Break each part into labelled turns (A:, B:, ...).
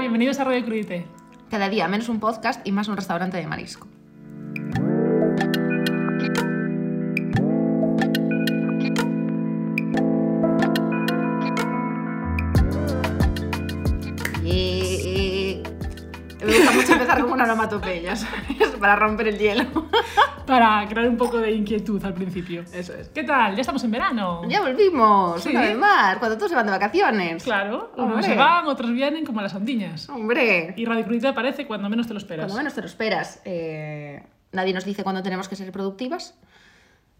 A: Bienvenidos a Radio Crudité.
B: Cada día menos un podcast y más un restaurante de marisco. Y... Me gusta mucho empezar con una onomatopeya, ¿sabes? Para romper el hielo.
A: Para crear un poco de inquietud al principio.
B: Eso es.
A: ¿Qué tal? Ya estamos en verano.
B: Ya volvimos,
A: Sí.
B: una vez más, cuando todos se van de vacaciones.
A: Claro, unos
B: Hombre.
A: se van, otros vienen como las andiñas.
B: Hombre,
A: Y Radio Crudité aparece cuando menos te lo esperas.
B: cuando menos te lo esperas. Eh, nadie nos dice cuándo tenemos que ser productivas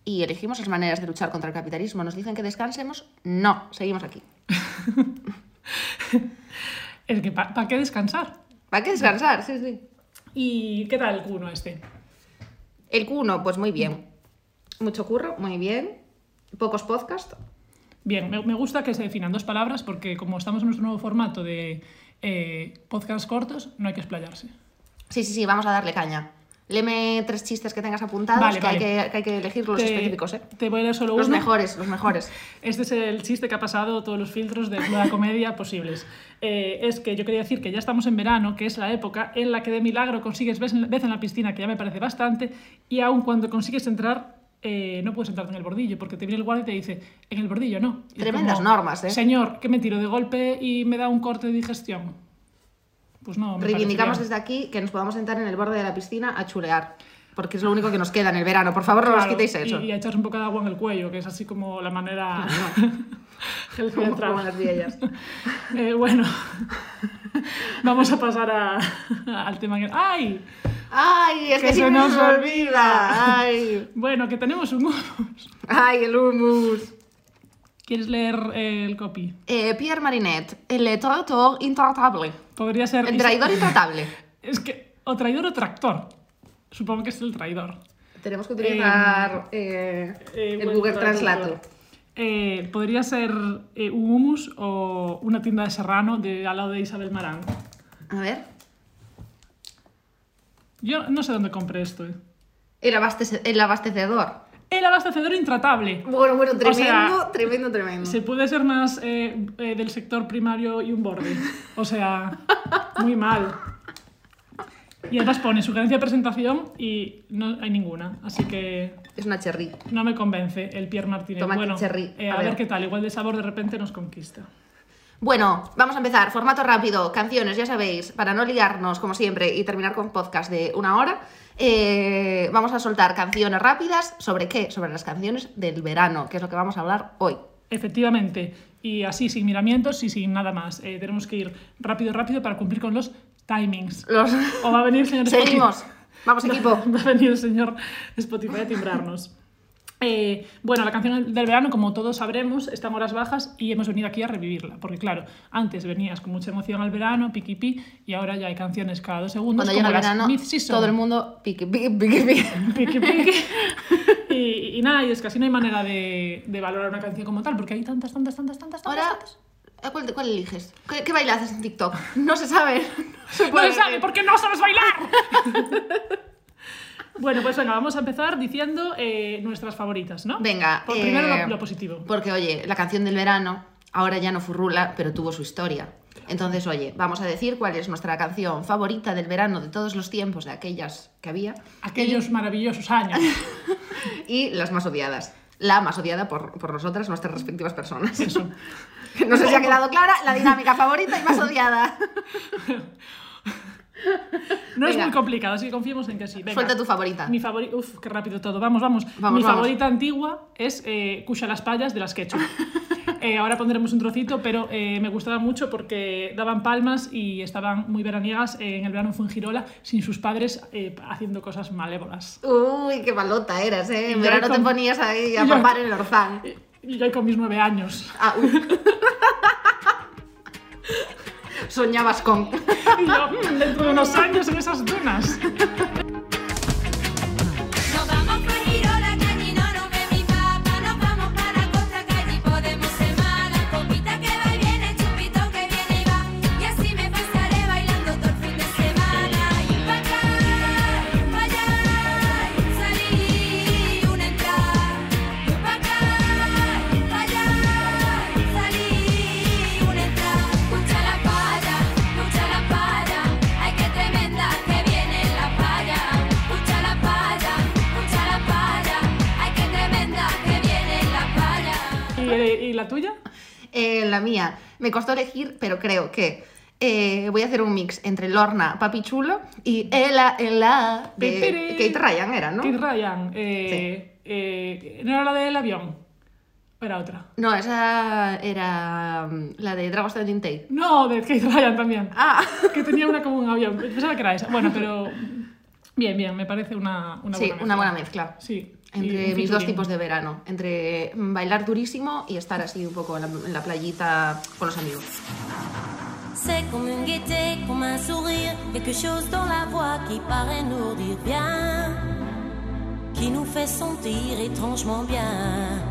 B: y elegimos las maneras de luchar contra el capitalismo. Nos dicen que descansemos. No, seguimos aquí.
A: Es que, ¿para qué descansar?
B: ¿Para qué descansar? Sí, sí.
A: ¿Y qué tal el cuno este?
B: El cuno, pues muy bien. Mucho curro, muy bien. Pocos podcasts.
A: Bien, me, me gusta que se definan dos palabras porque como estamos en nuestro nuevo formato de eh, podcast cortos, no hay que explayarse.
B: Sí, sí, sí, vamos a darle caña. Léeme tres chistes que tengas apuntados,
A: Vale,
B: que,
A: vale.
B: Hay que, que hay que elegir los
A: Te-
B: específicos, ¿eh?
A: Te voy a leer solo
B: Los
A: uno.
B: mejores, los mejores.
A: Este es el chiste que ha pasado todos los filtros de la comedia posibles. Eh, es que yo quería decir que ya estamos en verano, que es la época en la que de milagro consigues vez en, vez en la piscina, que ya me parece bastante, y aun cuando consigues entrar, eh, no puedes entrar en el bordillo, porque te viene el guardia y te dice, en el bordillo no. Y es
B: Tremendas
A: como,
B: normas, ¿eh?
A: Señor, que me tiro de golpe y me da un corte de digestión. Pues no, me
B: Reivindicamos
A: parece
B: desde aquí que nos podamos sentar en el borde de la piscina a chulear, porque es lo único que nos queda en el verano. Por favor, no nos
A: Claro,
B: quitéis eso.
A: Y, y a echarse un poco de agua en el cuello, que es así como la manera... healthy de
B: Como-
A: entrar.
B: como las viejas.
A: Eh, bueno, vamos a pasar a- al tema que... ¡Ay!
B: ¡Ay, es que,
A: Que se
B: siempre
A: nos
B: nos,
A: olvida.
B: olvida! ¡Ay!
A: Bueno, que tenemos un humus.
B: ¡Ay, el hummus!
A: ¿Quieres leer eh, el copy?
B: Eh, Pierre Marinet, el traidor intratable.
A: Podría ser...
B: El traidor intratable.
A: Es que... O traidor o tractor. Supongo que es el traidor.
B: Tenemos que utilizar eh,
A: Eh,
B: el
A: bueno,
B: Google
A: traidor.
B: Translato.
A: Eh, podría ser eh, un humus o una tienda de serrano de, al lado de Isabel Marán.
B: A ver.
A: Yo no sé dónde compré esto. eh.
B: El, abastece- el abastecedor.
A: El abastecedor intratable.
B: Bueno, bueno, tremendo,
A: sea,
B: tremendo, tremendo.
A: Se puede ser más eh, eh, del sector primario y un borde. O sea, muy mal. Y además pone sugerencia de presentación y no hay ninguna. Así que
B: Es una cherry.
A: no me convence el Pierre Martínez.
B: Toma aquí,
A: bueno,
B: Cherry,
A: eh, a,
B: a
A: ver.
B: ver.
A: qué tal. Igual de sabor de repente nos conquista.
B: Bueno, vamos a empezar. Formato rápido, canciones, ya sabéis, para no liarnos como siempre y terminar con podcast de una hora. eh, vamos a soltar canciones rápidas. ¿Sobre qué? Sobre las canciones del verano, que es lo que vamos a hablar hoy.
A: Efectivamente. Y así, sin miramientos y sin nada más. Eh, tenemos que ir rápido, rápido para cumplir con los timings.
B: Los...
A: O va a venir, señor Spotify.
B: Seguimos. Vamos, equipo.
A: Va a venir el señor Spotify a timbrarnos. Eh, bueno, la canción del verano, como todos sabremos, está en horas bajas y hemos venido aquí a revivirla. Porque, claro, antes venías con mucha emoción al verano, piqui pi, y ahora ya hay canciones cada dos segundos.
B: Cuando llega
A: como
B: el
A: las
B: verano,
A: mid-season.
B: todo el mundo pique, pique, pique, pique.
A: Piqui, piqui. Y, y nada, y es que así no hay manera de, de valorar una canción como tal, porque hay tantas, tantas, tantas, tantas, tantas.
B: Ahora,
A: tantas.
B: ¿cuál, cuál eliges? ¿Qué, qué baile haces en TikTok? No se sabe. No se
A: No
B: puede
A: se sabe
B: decir.
A: porque no sabes bailar. bueno, pues venga, vamos a empezar diciendo eh, nuestras favoritas, ¿no?
B: Venga,
A: Por primero
B: eh,
A: lo, lo positivo.
B: Porque, oye, la canción del verano ahora ya no furrula, pero tuvo su historia. Entonces, oye, vamos a decir cuál es nuestra canción favorita del verano de todos los tiempos, de aquellas que había,
A: Aquellos maravillosos años.
B: y las más odiadas. La más odiada por, por nosotras, nuestras respectivas personas.
A: Eso.
B: No sé si ha quedado clara la dinámica favorita y más odiada.
A: No es
B: Venga.
A: muy complicado, así que confiemos en que sí. Venga.
B: Suelta tu favorita.
A: Mi favorita. Uf, qué rápido todo. Vamos, vamos.
B: Vamos, vamos.
A: Mi favorita antigua es eh, Cucha las payas de las Ketchup. Eh, ahora pondremos un trocito, pero eh, me gustaba mucho porque daban palmas y estaban muy veraniegas eh, en el verano en Fungirola sin sus padres eh, haciendo cosas malévolas.
B: Uy, qué malota eras, ¿eh? En
A: Y yo
B: verano
A: con-
B: te ponías ahí a
A: y yo-
B: papar en el orzán.
A: Eh, Y yo ahí con mis nueve años.
B: Ah, uy. Soñabas con...
A: Y yo, "Mm, dentro de unos años en esas dunas.
C: Nos vamos para Girola, que allí no nos ve mi papá. Nos vamos para la costa, que allí podemos ser malas. Copita que va y viene, chupito que viene y va. Y así me pasaré bailando todo el fin de semana. Y para acá, para allá, salí una entrada. Y para acá, para allá, salí una entrada. Escucha la palla, escucha la palla.
A: ¿Y la tuya?
B: Eh, la mía. Me costó elegir, pero creo que eh, voy a hacer un mix entre Lorna, Papi Chulo y Ela, Ela de
A: Pipiri.
B: Kate Ryan, era, ¿no?
A: Kate Ryan. eh, eh, ¿No era la del avión? ¿O era otra?
B: No, esa era mm, la de Dragon's Standing Tape.
A: No, de Kate Ryan también.
B: Ah,
A: Que tenía una como un avión. Pensaba que era esa. Bueno, pero. Bien, bien, me parece una, una
B: sí,
A: buena mezcla.
B: una buena mezcla.
A: Sí.
B: Entre mis dos tipos de verano, entre mm, bailar durísimo y estar así un poco en la, en la playita con los amigos.
D: C'est comme une gaieté, comme un sourire, quelque chose dans la voix qui paraît nous dire bien, qui nous fait sentir étrangement bien.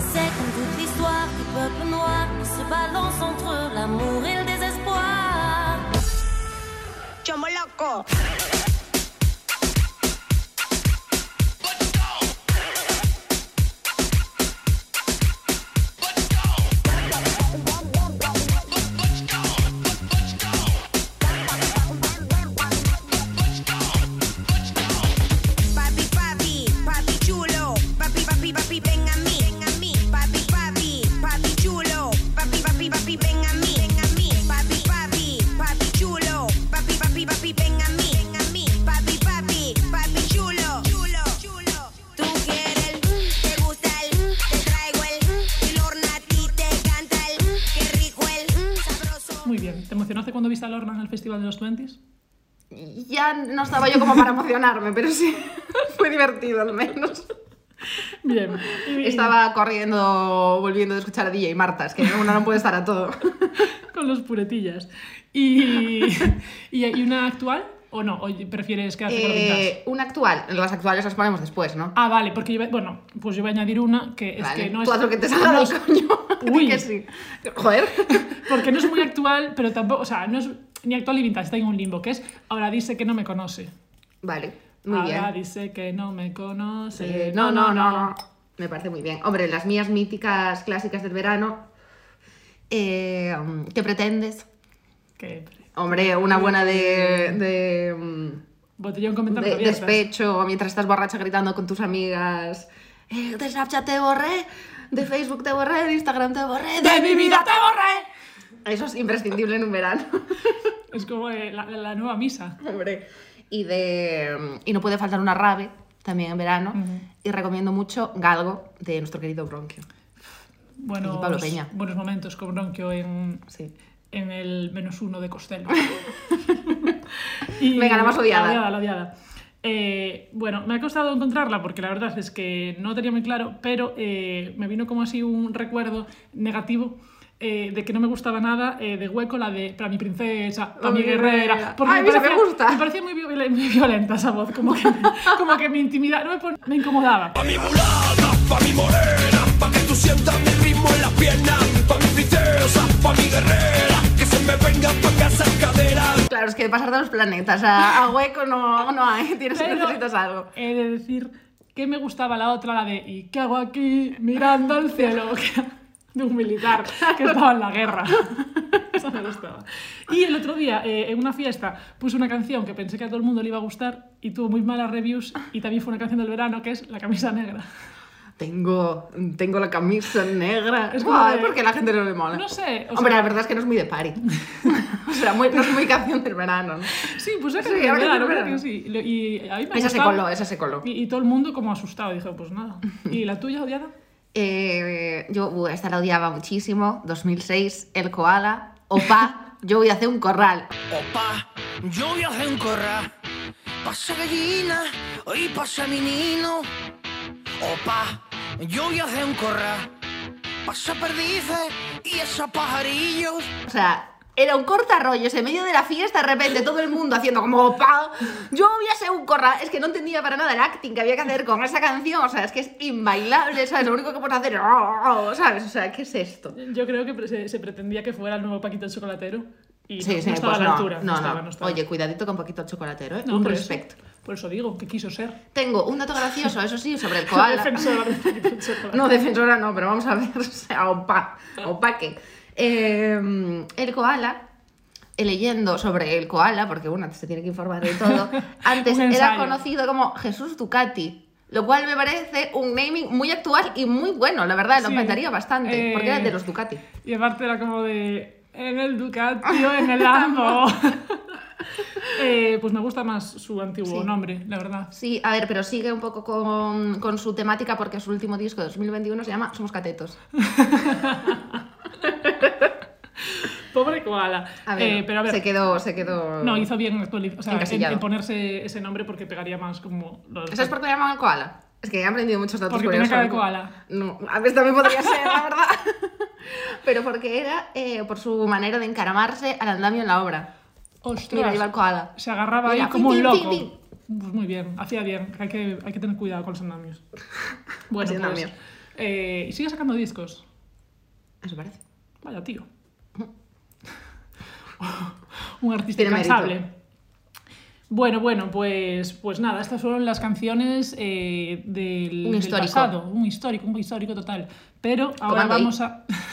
D: C'est comme toute l'histoire du peuple noir qui se balance entre l'amour et le désespoir.
E: Papi, papi, papi chulo, papi, papi, papi, ven a mí, ven a mí, papi, papi, papi chulo, papi, papi, papi, ven a mí, ven a mí, papi, papi, papi chulo, papi, papi, papi, ven a mí, ven a mí, papi, papi, papi chulo, chulo, chulo. Tú quieres el, te gusta el, te traigo el, y Lorna a ti te canta el, qué rico el, sabroso.
A: Muy bien. ¿Te emocionaste cuando viste a Lorna en el Festival de los Twenties?
B: Ya no estaba yo como para emocionarme, pero sí, fue divertido al menos.
A: Bien. Y- y-
B: Estaba corriendo, volviendo a escuchar a DJ Marta, es que uno no puede estar a todo.
A: Con los puretillas. ¿Y, y, y una actual o no? ¿O prefieres quedarte con lo que estás?
B: Eh, una actual, las actuales las ponemos después, ¿no?
A: Ah, vale, porque yo, iba- bueno, pues yo voy a añadir una que es
B: vale,
A: que no
B: tú
A: es.
B: haz lo que te salga del
A: no es-
B: coño.
A: Uy.
B: Di que sí. Joder.
A: Porque no es muy actual, pero tampoco, o sea, no es ni actual ni vintage, está en un limbo, que es ahora dice que no me conoce.
B: Vale, muy
A: ahora
B: bien.
A: dice que no me conoce.
B: Eh, no, no, no, no. Me parece muy bien. Hombre, las mías míticas clásicas del verano. Eh, ¿Qué pretendes?
A: Que
B: Hombre, una buena de, de, mm,
A: botellón con ventanas
B: de-
A: abiertas.
B: despecho, mientras estás borracha gritando con tus amigas. eh, de Snapchat te borré, de Facebook te borré, de Instagram te borré, de mi vida te borré. Eso es imprescindible en un verano.
A: Es como eh, la, la nueva misa.
B: Hombre. Y de. Y no puede faltar una rave también en verano. Y recomiendo mucho Galgo de nuestro querido Bronquio.
A: Buenos,
B: Y Pablo Peña.
A: buenos momentos con Bronquio en,
B: Sí.
A: en el menos uno de Costello. Y-
B: Venga, la más odiada.
A: La odiada, la odiada. Eh, bueno, me ha costado encontrarla porque la verdad es que no tenía muy claro, pero eh, me vino como así un recuerdo negativo eh, de que no me gustaba nada eh, de hueco la de para mi princesa, para mi
B: mi guerrera".
A: guerrera.
B: Ay, mira, me gusta.
A: Me parecía muy, violen- muy violenta esa voz, como que, como que me intimidaba, no me, pon- me incomodaba.
F: Pa' mi mulata, pa' mi morena, pa' que tú sientas mi ritmo en las piernas, pa' mi princesa, pa' mi guerrera, que se me venga pa' casa en cadera.
B: Claro, es que pasar de los planetas a, a hueco no, no hay. Tienes
A: Pero
B: necesitas algo.
A: He de decir que me gustaba la otra, la de ¿y qué hago aquí mirando al cielo? que era De un militar que estaba en la guerra. Eso me gustaba. Y el otro día, eh, en una fiesta, puse una canción que pensé que a todo el mundo le iba a gustar y tuvo muy malas reviews y también fue una canción del verano que es La camisa negra.
B: Tengo, tengo la camisa negra.
A: Es
B: Es
A: como de-
B: porque la gente no le mola.
A: No sé, o
B: Hombre,
A: sea-
B: la verdad es que no es muy de party. o sea, muy- no es muy canción del verano. ¿no?
A: Sí, pues una
B: Sí,
A: canción del
B: ahora que
A: verano,
B: es
A: creo
B: verano.
A: que sí. Lo- Y a mí me ha
B: Esa se
A: gustado.
B: coló, esa se coló.
A: Y, y todo el mundo como asustado. Dije, pues nada. ¿Y la tuya, odiada?
B: Eh, yo buh, esta la odiaba muchísimo. 2006, El Koala. Opa, yo voy a hacer un corral.
G: Opa, yo viajé en corral, pasa gallina y pasa menino. Opa, yo viajé en corral, pasa perdices y esos pajarillos.
B: O sea, era un cortarrollos en medio de la fiesta, de repente todo el mundo haciendo como opa, yo voy a ser un corral. Es que no entendía para nada el acting que había que hacer con esa canción. O sea, es que es inbailable, ¿sabes? Lo único que puedes hacer es, "Oh", ¿sabes? O sea, ¿qué es esto?
A: Yo creo que pre- se, se pretendía que fuera el nuevo Paquito el Chocolatero y
B: Sí,
A: no,
B: sí,
A: no estaba
B: pues
A: a la
B: no,
A: altura.
B: no,
A: estaba,
B: no.
A: no estaba.
B: Oye, cuidadito con poquito chocolatero, ¿eh?
A: No,
B: un
A: por eso-
B: respeto.
A: por eso digo, que quiso ser.
B: Tengo un dato gracioso, eso sí, sobre el
A: La
B: koala.
A: defensora del Paquito el Chocolatero.
B: No, defensora no, pero vamos a ver, o sea, opa, opa que. Eh, el koala, eh, leyendo sobre el koala, porque uno se tiene que informar de todo, antes
A: Un
B: era
A: ensayo.
B: conocido como Jesús Ducati. Lo cual me parece un naming muy actual y muy bueno, la verdad, lo
A: Sí.
B: encantaría bastante, porque era
A: Eh,
B: de los Ducati.
A: Y aparte era como de. En el Ducati o en el Lambo. Eh, pues me gusta más su antiguo
B: Sí.
A: nombre, la verdad.
B: Sí, a ver, pero sigue un poco con, con su temática porque su último disco de 2021 se llama Somos Catetos.
A: Pobre Koala.
B: A ver,
A: Eh, pero a ver.
B: se quedó... Se quedó...
A: No, hizo bien en actualiz- o sea, en-
B: Encasillado.
A: en ponerse ese nombre porque pegaría más como. los-
B: ¿Eso es porque le llaman al koala? Es que he aprendido muchos datos
A: Porque
B: curiosos.
A: tiene cara de koala.
B: No, a veces también podría ser, la verdad. Pero porque era eh, por su manera de encaramarse al andamio en la obra.
A: Ostras.
B: Mira, iba al koala.
A: Se agarraba
B: Mira,
A: ahí como
B: tin,
A: un
B: tin,
A: loco.
B: tin,
A: Pues muy bien, hacía bien. Hay que, hay que tener cuidado con los andamios. Bueno,
B: Así andamio.
A: pues, eh, y sigue sacando discos.
B: Eso parece.
A: Vaya tío. Un artista
B: Tiene mérito.
A: incansable. Bueno, bueno, pues, pues nada, estas fueron las canciones eh, del,
B: Un
A: del
B: histórico.
A: pasado. Un histórico, un histórico total. Pero ahora
B: Comando ahí.
A: vamos a.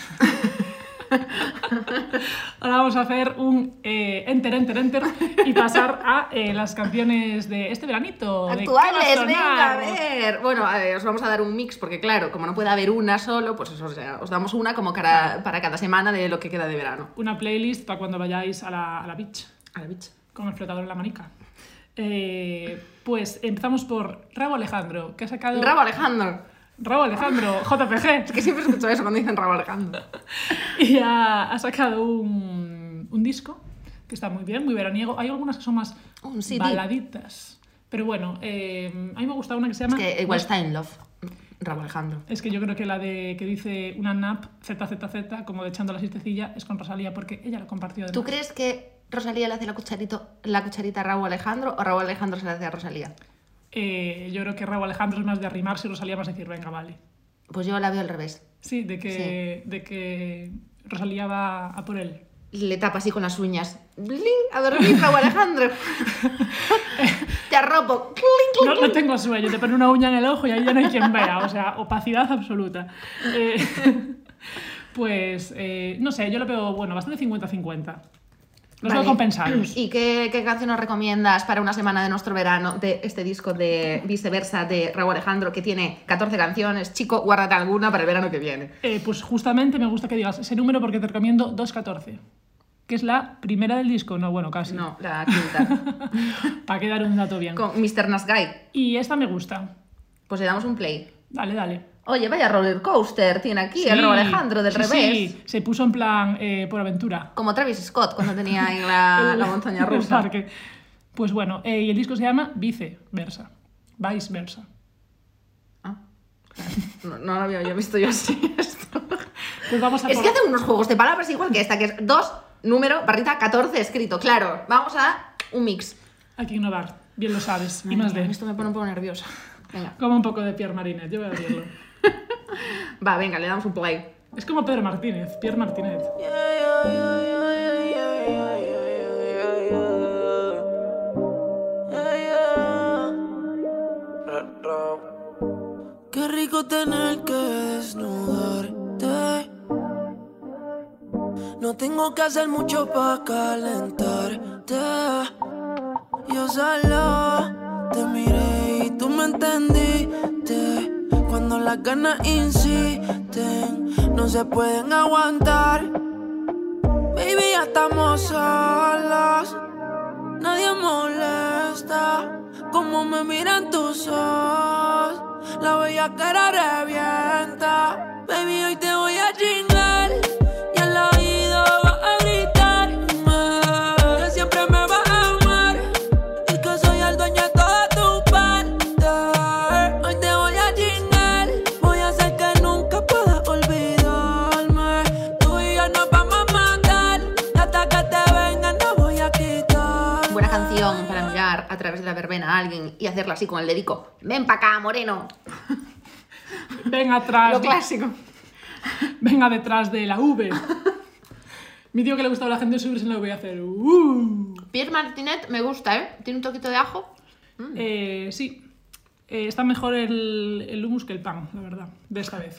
A: ahora vamos a hacer un eh, enter, enter, enter y pasar a eh, las canciones de este veranito. de qué va a
B: Actuales, venga, a
A: sonar.
B: ver. Bueno, a ver, os vamos a dar un mix porque, claro, como no puede haber una solo, pues eso, o sea, os damos una como cara- para cada semana de lo que queda de verano.
A: Una playlist para cuando vayáis a la, a la beach.
B: A la bicha.
A: con el flotador en la manica. Eh, pues empezamos por Rabo Alejandro, que ha sacado.
B: Rabo Alejandro.
A: Rabo Alejandro, JPG,
B: Que siempre escucho eso cuando dicen Rabo Alejandro.
A: y ha, ha sacado un, un disco que está muy bien, muy veraniego. Hay algunas que son más
B: Un CD.
A: baladitas, pero bueno, eh, a mí me gusta una que se llama.
B: Que igual está en Love. Rabo Alejandro.
A: Es que yo creo que la de que dice una nap ZZZ, como de echando la siestecilla, es con Rosalía, porque ella lo compartió.
B: ¿Tú crees
A: además.
B: que Rosalía le hace la, cucharito, la cucharita a Raúl Alejandro o Raúl Alejandro se la hace a Rosalía?
A: Eh, yo creo que Rabo Alejandro es más de arrimarse y Rosalía más de decir, venga, vale.
B: Pues yo la veo al revés.
A: Sí, de que, de que Rosalía va a por él.
B: Le tapa así con las uñas. ¡Bling! ¡A dormir, Raúl Alejandro! ¡Te arropo! ¡Cling, cling!
A: No, no tengo sueño, te pone una uña en el ojo y ahí ya no hay quien vea, o sea, opacidad absoluta. Eh, pues, eh, no sé, yo lo veo, bueno, bastante 50-50. Los
B: Vale.
A: veo compensados.
B: ¿Y qué, qué canción nos recomiendas para una semana de nuestro verano de este disco de Viceversa de Raúl Alejandro que tiene 14 canciones? Chico, guárdate alguna para el verano que viene.
A: Eh, pues justamente me gusta que digas ese número porque te recomiendo 214, que es la primera del disco, no, bueno, casi.
B: No, la quinta.
A: Para quedar un dato bien.
B: Con Mr. Nasguy.
A: Y esta me gusta.
B: Pues le damos un play.
A: Dale, dale.
B: Oye, vaya roller coaster tiene aquí el
A: Sí,
B: Raúl Alejandro del
A: sí,
B: revés.
A: Sí, se puso en plan eh, por aventura.
B: Como Travis Scott cuando tenía ahí la,
A: El-
B: Ah, la montaña
A: el
B: rusa.
A: parque. Pues bueno, eh, y el disco se llama Viceversa. Viceversa.
B: No, no lo había yo visto yo así. esto.
A: Pues vamos a
B: Es
A: por-
B: que hacen unos juegos de palabras igual que esta, que es 2, número, barrita 14 escrito. Claro, vamos a un mix.
A: Hay que innovar, bien lo sabes. y más
B: Madre mía,
A: de.
B: Esto me pone un poco nerviosa. Venga,
A: Como un poco de Pierre Marinet, yo voy a abrirlo.
B: va, venga, le damos un play.
A: es como Pedro Martínez, Pierre Martínez.
G: Qué rico tener que desnudarte. No tengo que hacer mucho para calentarte. Yo solo te miré y tú me entendiste. Cuando las ganas insisten, no se pueden aguantar. Baby, ya estamos solos. Nadie molesta como me miran tus ojos. La bella cara revienta. Baby, hoy te voy a chingar. Y al oído vas a gritarme. Que siempre me vas a amar. Y que soy el dueño de toda tu parte. Hoy te voy a chingar. Voy a hacer que nunca puedas olvidarme. Tú y yo nos vamos a matar. Hasta que te vengan, no voy a quitar.
B: Buena canción para mirar a través de la verbena a alguien y hacerla así con el dedico. Ven pa' acá, moreno.
A: Venga atrás.
B: Lo
A: de-
B: clásico.
A: venga detrás de la V. Mi tío que le gustaba a la gente subirse en la V y hacer. "Uh".
B: Pierre Martinet me gusta, ¿eh? Tiene un toquito de ajo. Mm.
A: Eh, sí. Eh, está mejor el, el hummus que el pan, la verdad, de esta vez.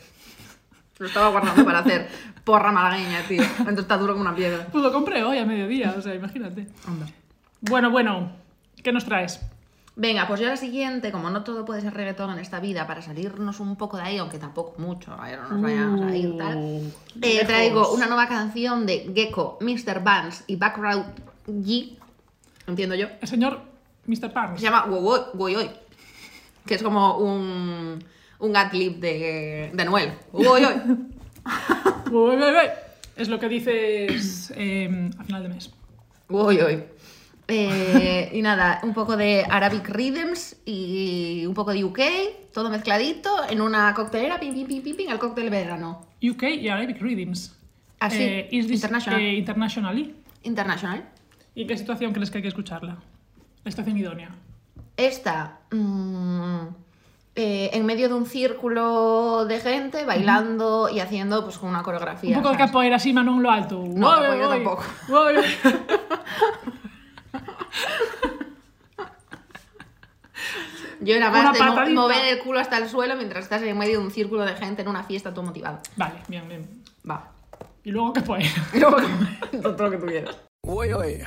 B: Lo estaba guardando para hacer porra malagueña, tío. Entonces está duro como una piedra.
A: Pues lo compré hoy a mediodía, o sea, imagínate. Bueno, bueno, ¿qué nos traes?
B: Venga, pues yo la siguiente, como no todo puede ser reggaetón en esta vida, para salirnos un poco de ahí, aunque tampoco mucho, a ver, no nos vayamos a ir tal.
A: Uh,
B: eh,
A: lejos.
B: traigo una nueva canción de Gecko, Mr. Vance y Background G, entiendo yo.
A: El señor Mr. Parks.
B: Se llama Wowoy, Woyoy, que es como un, un ad lib de, de Noel. Woyoy.
A: Uy, uy, uy. Es lo que dices eh, a final de mes.
B: Uy, uy. Eh, y nada, un poco de Arabic Rhythms y un poco de UK, todo mezcladito en una coctelera, pim, pim, pim, pim, pim, al cóctel verano.
A: UK y Arabic Readings.
B: Ah, sí.
A: is this,
B: International.
A: eh, internationally.
B: International.
A: ¿Y en qué situación crees que hay que escucharla? La situación idónea.
B: Esta, mm, eh, en medio de un círculo de gente bailando y haciendo pues con una coreografía.
A: Un poco de
B: ¿sabes?
A: capoeira así, mano, lo alto.
B: No, capoeira tampoco.
A: uy, uy.
B: Yo era más
A: Una
B: de mo-
A: patadita.
B: mover el culo hasta el suelo mientras estás en medio de un círculo de gente en una fiesta todo motivado.
A: Vale, bien, bien.
B: Va.
A: Y luego capoeira.
B: todo lo que tú quieras.
G: Uy, uy.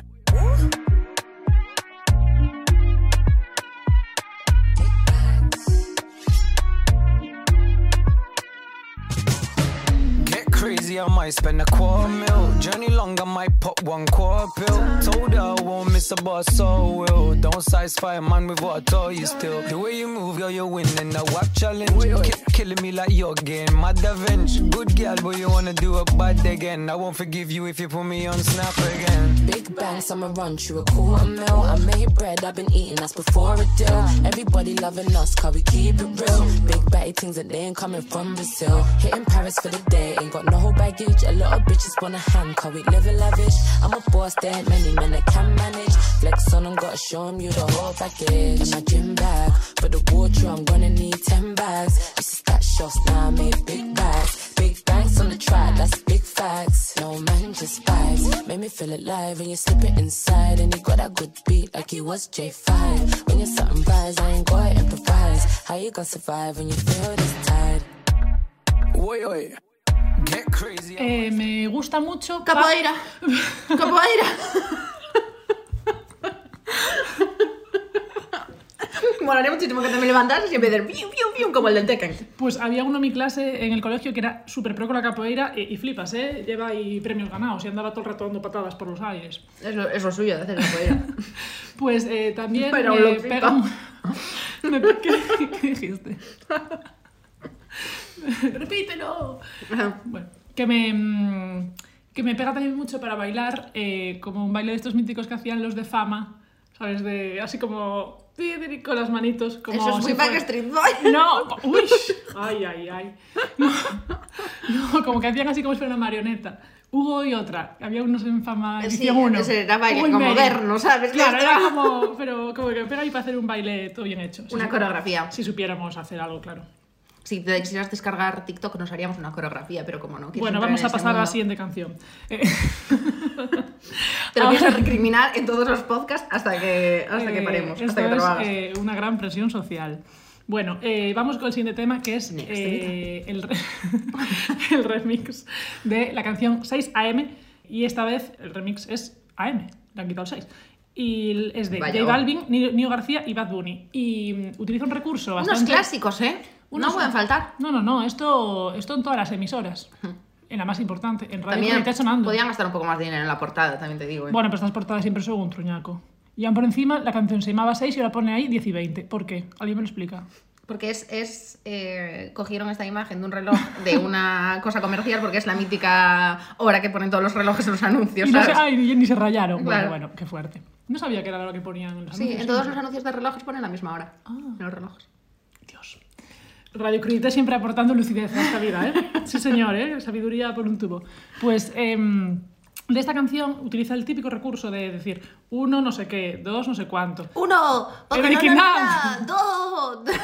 G: Get crazy, I might spend a quarter mil. Journey long, I might pop one quarter pill. Told her I won't miss a bus, so will. Don't satisfy a man with what I told you still. The way you move, girl, you're winning the WAP challenge. Keep killing me like you're getting mad revenge. Good girl, but you wanna do a bad again. I won't forgive you if you put me on snap again.
H: Big banks, I'ma run through a quarter mil. I made bread, I've been eating, that's before a deal. Everybody loving us, cause we keep it real. Big batty things that they ain't coming from Brazil. Hitting Paris for the day, ain't got no baggage. A lot of bitches wanna hang, cause we living lavish. I'm a boss, there ain't many men that can manage. Flex on them, gotta show 'em you the whole package. And my gym bag, but the wardrobe, I'm gonna need 10 bags. This is that shots, now I made big bags. Big banks on the track, that's big facts. No man, just vibes. Make me feel alive when you slip it inside. And you got that good beat like you was J5. When you're something rise, I ain't gonna improvise. How you gonna survive when you feel this tired?
G: Oi, oi. Get crazy.
A: Eh, me gusta mucho. pa-
B: Capoeira. Capoeira. Molaría muchísimo que te me levantaras y empezar piu, piu, piu, como el del Tekken.
A: Pues había uno en mi clase en el colegio que era súper pro con la capoeira y, y flipas, ¿eh? Lleva ahí premios ganados y andaba todo el rato dando patadas por los aires.
B: Es lo, es lo suyo de hacer capoeira.
A: Pues eh, también
B: Pero
A: me
B: lo flipa.
A: pega mu- me pe- ¿Qué, qué dijiste? Repítelo. Bueno, que me, mm, que me pega también mucho para bailar, eh, como un baile de estos míticos que hacían los de fama, ¿sabes? De, así como ti, ti, ti, con las manitos. Como
B: Eso es muy
A: si fuera-
B: Backstreet Boy.
A: No, uy, ay, ay, ay. No, como que hacían así como si fuera una marioneta. Hubo y otra, había unos en fama,
B: Sí,
A: hicieron uno.
B: ese era baile
A: Hugo y
B: como
A: Mary.
B: moderno, ¿sabes?
A: Claro,
B: Esto.
A: era como, pero como que pega ahí para hacer un baile todo bien hecho. Si
B: Una
A: supi-
B: coreografía.
A: Si supiéramos hacer algo, claro.
B: Si te quisieras descargar TikTok, nos haríamos una coreografía, pero como no. quieres
A: Bueno,
B: entrar
A: vamos
B: en
A: a
B: ese
A: pasar a la
B: mundo,
A: siguiente canción. Eh,
B: Te lo pienso
A: Ahora-
B: recriminar en todos los podcasts hasta que, hasta que
A: Ah. Eh,
B: paremos,
A: esto
B: hasta que
A: es,
B: trabajamos.
A: eh, una gran presión social. Bueno, eh, vamos con el siguiente tema que es
B: Next
A: eh, el, re- el remix de la canción 6 AM y esta vez el remix es AM, le han quitado el 6. Y el- es de
B: Vaya,
A: J
B: oh.
A: Balvin, Ni- Nio García y Bad Bunny. Y mm, utiliza un recurso
B: Unos
A: bastante...
B: clásicos, ¿eh?
A: Unos-
B: no pueden faltar.
A: No, no, no, esto, esto en todas las emisoras. En la más importante, en Radio
B: También
A: Comunitat sonando.
B: podían gastar un poco más de dinero en la portada, también te digo. ¿eh?
A: Bueno, pero estas portadas siempre son un truñaco. Y aún por encima la canción se llamaba 6 y ahora pone ahí 10 y 20. ¿Por qué? ¿Alguien me lo explica?
B: Porque es, es eh, cogieron esta imagen de un reloj de una cosa comercial porque es la mítica hora que ponen todos los relojes en los anuncios.
A: Y no se,
B: ¿sabes?
A: ay, ni se rayaron.
B: Claro.
A: Bueno, bueno, qué fuerte. No sabía que era lo que ponían en los
B: sí,
A: anuncios.
B: en todos los
A: siempre.
B: anuncios de relojes ponen la misma hora. En los relojes.
A: Dios. Radio Crudité siempre aportando lucidez a esta vida, ¿eh? Sí, señor, ¿eh? Sabiduría por un tubo. Pues em, de esta canción utiliza el típico recurso de decir uno, no sé qué, dos, no sé cuánto.
B: Uno,
A: Eric
B: no, no, no,
A: Nam.
B: no, dos.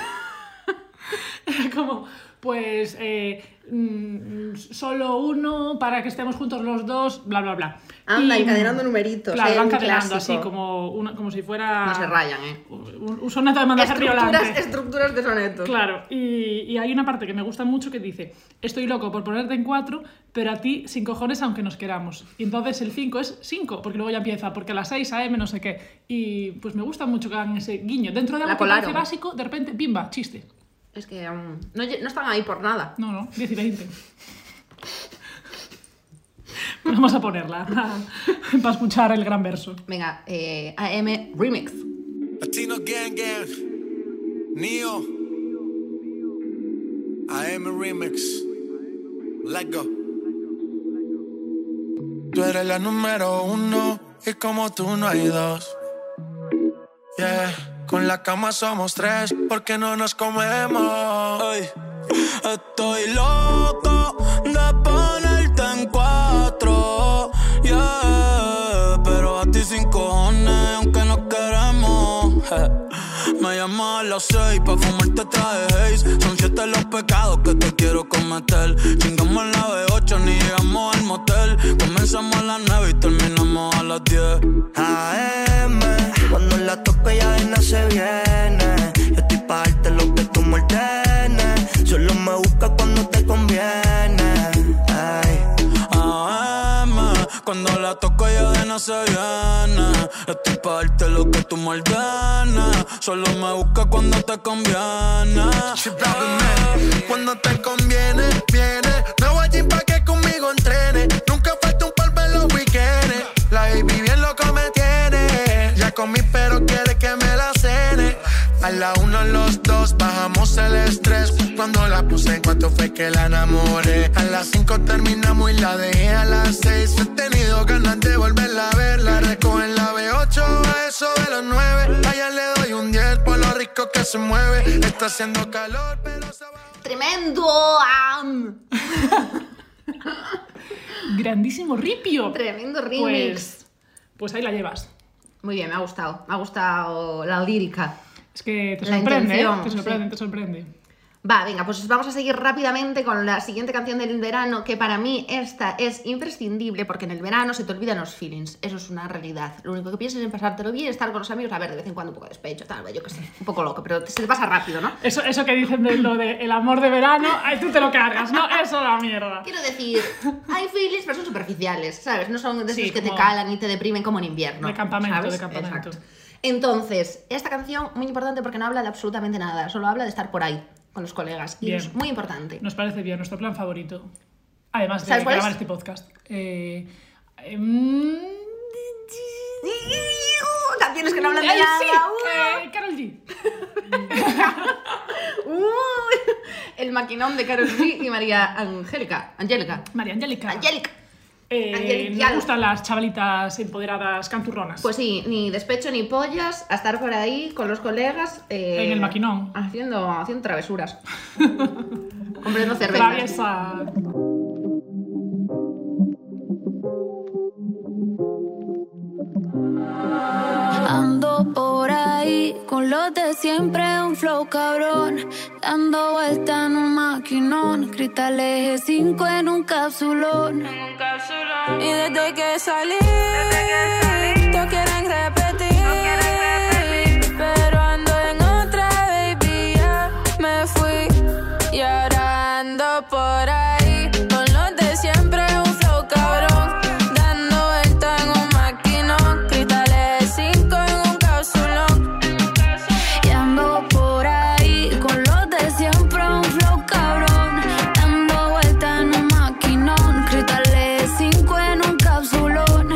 A: como pues eh, mm, solo uno para que estemos juntos los dos, bla, bla, bla.
B: Anda, Ah,
A: Y, mm,
B: encadenando numeritos,
A: Claro,
B: eh,
A: va
B: un
A: encadenando así,
B: clásico.
A: como, una- como si fuera...
B: No se rayan, ¿eh?
A: Un, un soneto de
B: Ah.
A: Manda
B: Estructuras, estructuras de soneto.
A: Claro, y, y hay una parte que me gusta mucho que dice, estoy loco por ponerte en cuatro, pero a ti sin cojones aunque nos queramos. Y entonces el 5 es 5, porque luego ya empieza, porque a las 6 AM no sé qué. Y pues me gusta mucho que hagan ese guiño. Dentro de
B: La
A: algo que parece
B: colaron.
A: básico, de repente, pimba, chiste.
B: Es que um, no, lle- no están ahí por nada.
A: No, no, 10 y 20. Vamos a ponerla para escuchar el gran verso.
B: Venga, eh, AM Remix.
F: Latino Gang Gang, Neo, AM Remix, Let Go.
I: Tú eres la número uno y como tú no hay dos. Yeah. Con la cama somos tres porque no nos comemos.
J: Ey, estoy loco de ponerte en cuatro. Yeah, pero a ti sin cojones, aunque no queremos. Me llamas a las seis pa' fumarte traje haze. Son siete los pecados que te quiero cometer. Chingamos la B8, ni llegamos al motel. Comenzamos a las nueve y terminamos a las diez.
G: AM, cuando la toco ya de no se viene. Yo estoy pa' darte lo que tú me ordenes. Solo me busca cuando te conviene. Ay.
I: Ah,
J: AM, cuando la toco yo de no se viene. Estoy pa' darte lo que tú me ordenes. Solo me busca cuando te conviene.
I: Chip out the man. Ah, Cuando te conviene, viene. No voy gym pa' que conmigo entrene. Nunca falta un polvo en los weekendes. La baby bien loco me tiene. Ya comí, pero quiere que me la cene. A la uno, los dos, bajamos el estrés. Cuando la puse, en cuanto fue que la enamoré. A las cinco terminamos y la dejé a las seis. He tenido ganas de volverla a ver. La recojo en la B8, a eso de los nueve. Allá le doy un 10 por lo rico que se mueve. Está haciendo calor, pero se va.
B: Tremendo. am.
A: Grandísimo ripio.
B: Tremendo remix.
A: Pues, pues ahí la llevas.
B: Muy bien, me ha gustado. Me ha gustado la lírica.
A: Es que te
B: La
A: sorprende, ¿eh?
B: intención,
A: Te sorprende,
B: sí.
A: te sorprende.
B: Va, venga, pues vamos a seguir rápidamente con la siguiente canción del verano, que para mí esta es imprescindible porque en el verano se te olvidan los feelings. Eso es una realidad. Lo único que piensas es en pasártelo bien, estar con los amigos, a ver, de vez en cuando un poco de despecho, tal, yo qué sé, un poco loco, pero se te pasa rápido, ¿no?
A: Eso, eso que dicen de lo de el amor de verano, ay, tú te lo cargas, ¿no? Eso es la mierda.
B: Quiero decir, hay feelings, pero son superficiales, ¿sabes? No son de esos
A: Sí,
B: que te
A: como-
B: calan y te deprimen como en invierno.
A: De campamento,
B: ¿sabes?
A: de campamento.
B: Exacto. Entonces, esta canción, muy importante porque no habla de absolutamente nada, solo habla de estar por ahí con los colegas. Y
A: Bien.
B: es muy importante.
A: Nos parece bien, nuestro plan favorito. Además de
B: ¿Sabes cuál
A: grabar
B: es?
A: este podcast. Eh, em,
B: Canciones que no hablan de
A: Ay,
B: nada. ¡uh!
A: eh, sí, eh, Karol G.
B: ¡Uh! El maquinón de Carol G y María Angélica. Angélica.
A: María Angélica.
B: Angélica.
A: Eh,
B: Angelical.
A: me gustan las chavalitas empoderadas canturronas.
B: Pues sí, ni despecho ni pollas, a estar por ahí con los colegas. eh,
A: En el maquinón.
B: Haciendo, haciendo travesuras. Comprando cerveza.
A: Traviesa.
D: Ando por ahí con los de siempre, un flow cabrón. Dando vuelta en un maquinón, cristal eje 5 en un capsulón. Y desde que salí, todos quieren repetir. Pero ando en otra, baby, ya me fui. Y ahora ando por ahí con los de siempre, un flow cabrón. Dando vuelta en un maquinón, cristales de 5 en un capsulón. Y ando por ahí con los de siempre, un flow cabrón. Dando vuelta en un maquinón, cristales 5 en un capsulón.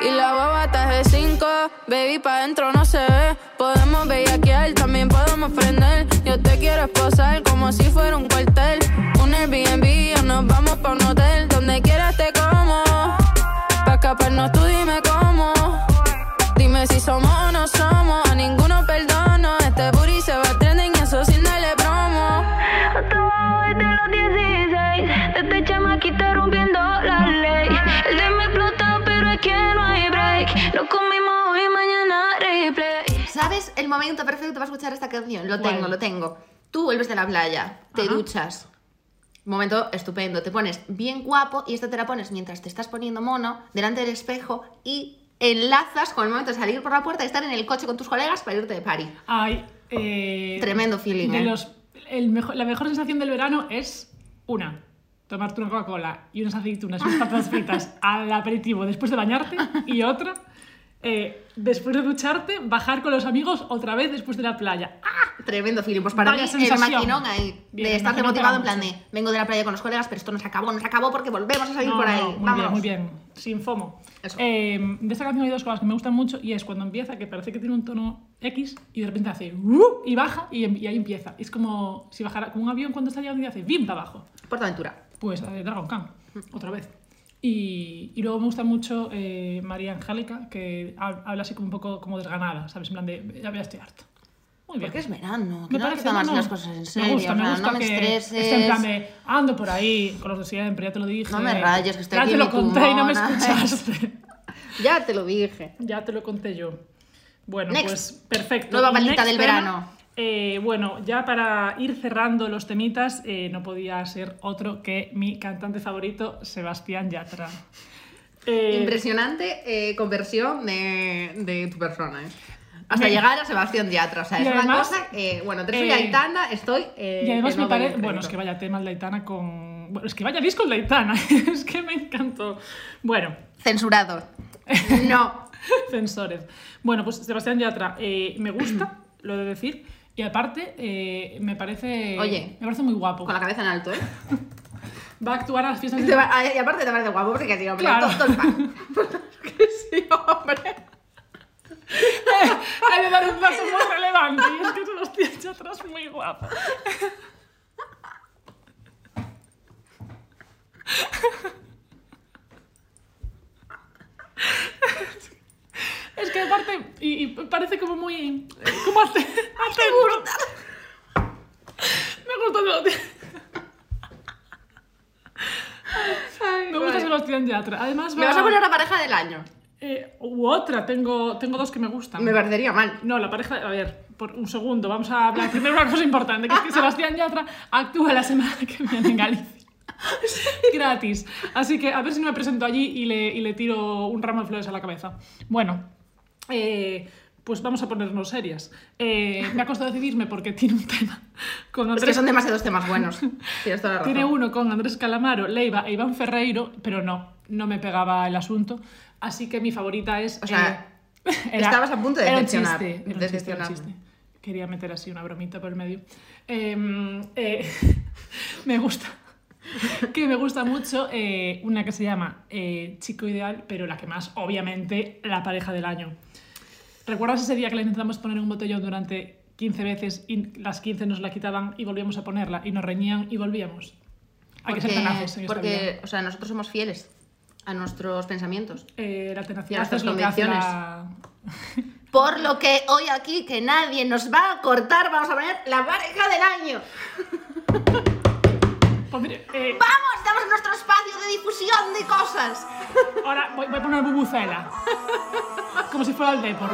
D: Y la babata es de 5, baby, pa' dentro no se ve. Podemos bellaquear, también podemos prender. Yo te quiero esposar como si fuera un cuartel. Un Airbnb o nos vamos pa' un hotel. Donde quieras te como. Pa' escaparnos tú dime cómo. Dime si somos o no somos. A ninguno perdono. Este booty se va a trending, eso sin darle promo.
K: Acabado desde los 16, desde chamaquita rompiendo la ley. El de me explota, pero es que no hay break. Lo comimos hoy, mañana replay.
B: ¿Sabes el momento perfecto para escuchar esta canción? Lo
A: ¿Cuál?
B: tengo, lo tengo. Tú vuelves de la playa, te
A: Ajá.
B: duchas. Momento estupendo. Te pones bien guapo y esto te la pones mientras te estás poniendo mono delante del espejo y enlazas con el momento de salir por la puerta y estar en el coche con tus colegas para irte de party.
A: Ay, eh,
B: Tremendo feeling,
A: de
B: ¿eh?
A: los- el mejor- la mejor sensación del verano es una. Tomarte una Coca-Cola y unas aceitunas y unas patatas fritas al aperitivo después de bañarte. Y otra, eh, después de ducharte, bajar con los amigos otra vez después de la playa.
B: Tremendo feeling. Pues para
A: Vaya
B: mí
A: sensación.
B: el maquinón ahí
A: Bien,
B: de
A: el
B: estar
A: maquinón
B: motivado en
A: pega
B: plan de vengo de la playa con los colegas, pero esto nos acabó, nos acabó porque volvemos a salir
A: No,
B: por ahí.
A: no, muy
B: Vámonos.
A: bien, muy bien. Sin FOMO.
B: Eso.
A: Eh, de esta canción hay dos cosas que me gustan mucho y es cuando empieza, que parece que tiene un tono X y de repente hace "Uh", y baja y, em- y ahí empieza. Es como si bajara como un avión cuando está llegando y hace ¡bim! para abajo.
B: Portaventura.
A: Pues la de Dragon Khan, otra vez. Y, y luego me gusta mucho eh, María Angélica, que hab- habla así como un poco como desganada, ¿sabes? En plan de, ya voy a estudiarte. Muy bien.
B: Porque es verano, que
A: Me
B: no hay que
A: parece-
B: tomarse
A: no, no.
B: las cosas en serio.
A: Me gusta,
B: en
A: me
B: plan,
A: gusta
B: no me
A: que
B: estreses.
A: esté en plan de, ando por ahí con los de siempre, ya te lo dije.
B: No me rayes, que estoy
A: Ya
B: aquí
A: te
B: en
A: lo
B: mi ¿eh?
A: conté y no me
B: tumona.
A: escuchaste.
B: Ya te lo dije.
A: ya te lo conté yo. Bueno,
B: Next.
A: pues perfecto.
B: Nueva
A: Y
B: palita
A: next
B: del
A: tema,
B: verano.
A: eh, bueno, ya para ir cerrando los temitas, eh, no podía ser otro que mi cantante favorito, Sebastián Yatra. Eh,
B: Impresionante eh, conversión de, de tu persona, ¿eh? Hasta
A: Me-
B: llegar a Sebastián Diatra, o sea,
A: Y
B: es una
A: además,
B: cosa que, bueno, entre eso y
A: eh,
B: Aitana estoy... eh,
A: Y además
B: que no
A: me
B: doy el
A: parece. Bueno, es que
B: crédito.
A: vaya tema el de Aitana con. Bueno, es que vaya disco el de Aitana. es que me encantó. Bueno,
B: Censurado. No.
A: censores. Bueno, pues Sebastián Yatra, eh, me gusta, lo he de decir. Y aparte, eh, me parece.
B: Oye.
A: Me parece muy guapo.
B: Con la cabeza en alto, ¿eh?
A: Va a actuar a las fiestas
B: Te
A: de.
B: va- a- y aparte te parece guapo porque sí, hombre,
A: Claro.
B: todo, todo es fan. que sí, hombre.
A: Hay de dar un paso muy relevante. Y es que Sebastián Yatra es muy guapo. Es que aparte, y, y parece como muy. eh, Como hace. hace Me gusta Sebastián. Me gusta Sebastián Yatra. Además,
B: Me
A: va-
B: vas a poner la pareja del año.
A: eh, u otra, tengo, tengo dos que me gustan.
B: Me parecería mal.
A: No, la pareja. A ver, por un segundo, vamos a hablar primero una cosa importante, que es que Sebastián Yatra actúa la semana que viene en Galicia. Gratis. Así que a ver si no me presento allí y le, y le tiro un ramo de flores a la cabeza. Bueno, eh, pues vamos a ponernos serias. Eh, me ha costado decidirme porque tiene un tema con
B: Es
A: Andrés.
B: que son demasiados temas buenos. Tienes toda la razón.
A: Tiene uno con Andrés Calamaro, Leiva e Iván Ferreiro, pero no, no me pegaba el asunto. Así que mi favorita es. eh,
B: O sea, estabas a punto de decepcionar- de decepcionarme.
A: Quería meter así una bromita por el medio. Eh, eh, me gusta. Que me gusta mucho eh, una que se llama eh, Chico Ideal, pero la que más, obviamente, la pareja del año. ¿Recuerdas ese día que la intentamos poner en un botellón durante 15 veces y las 15 nos la quitaban y volvíamos a ponerla y nos reñían y volvíamos? Hay que ser tenaces en esta vida.
B: porque o sea, nosotros somos fieles a nuestros pensamientos.
A: Eh, la
B: y a
A: tenacidad
B: nuestras
A: es lo que hace
B: convicciones.
A: la...
B: Por lo que hoy aquí, que nadie nos va a cortar, vamos a poner la pareja del año.
A: Pues mire, eh,
B: ¡Vamos! Estamos en nuestro espacio de difusión de cosas.
A: ahora voy, voy a poner bubucela. Como si fuera el Depor.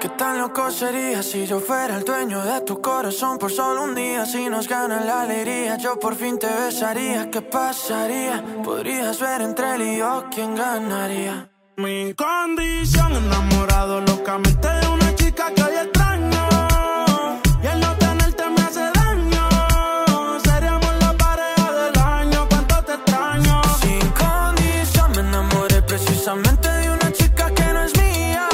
J: ¿Qué tan loco sería si yo fuera el dueño de tu corazón por solo un día? Si nos gana la alegría, yo por fin te besaría. ¿Qué pasaría? Podrías ver entre él y yo quién ganaría. Mi condición, enamorado locamente de una chica que hoy extraño. Y el no tenerte me hace daño. Seríamos la pareja del año, cuánto te extraño. Sin condición, me enamoré precisamente de una chica que no es mía.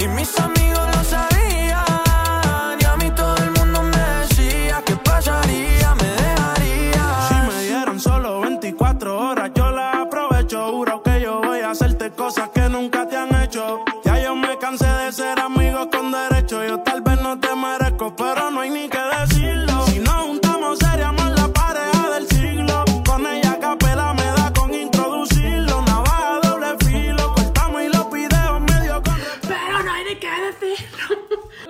J: Y mis amigos lo sabían. Y a mí todo el mundo me decía que pasaría, me dejaría.
L: Si me dieran solo 24 horas, yo las aprovecho. Juro que yo voy a hacerte cosas que nunca te han hecho. Ya yo me cansé de ser amigos con derecho. Yo tal vez no te merezco, pero no hay ni que decirlo. Si nos juntamos, seríamos la pareja del siglo. Con ella capela me da con introducirlo. Navaja doble filo, cortamos y los videos medio con
A: Pero no hay de qué decir.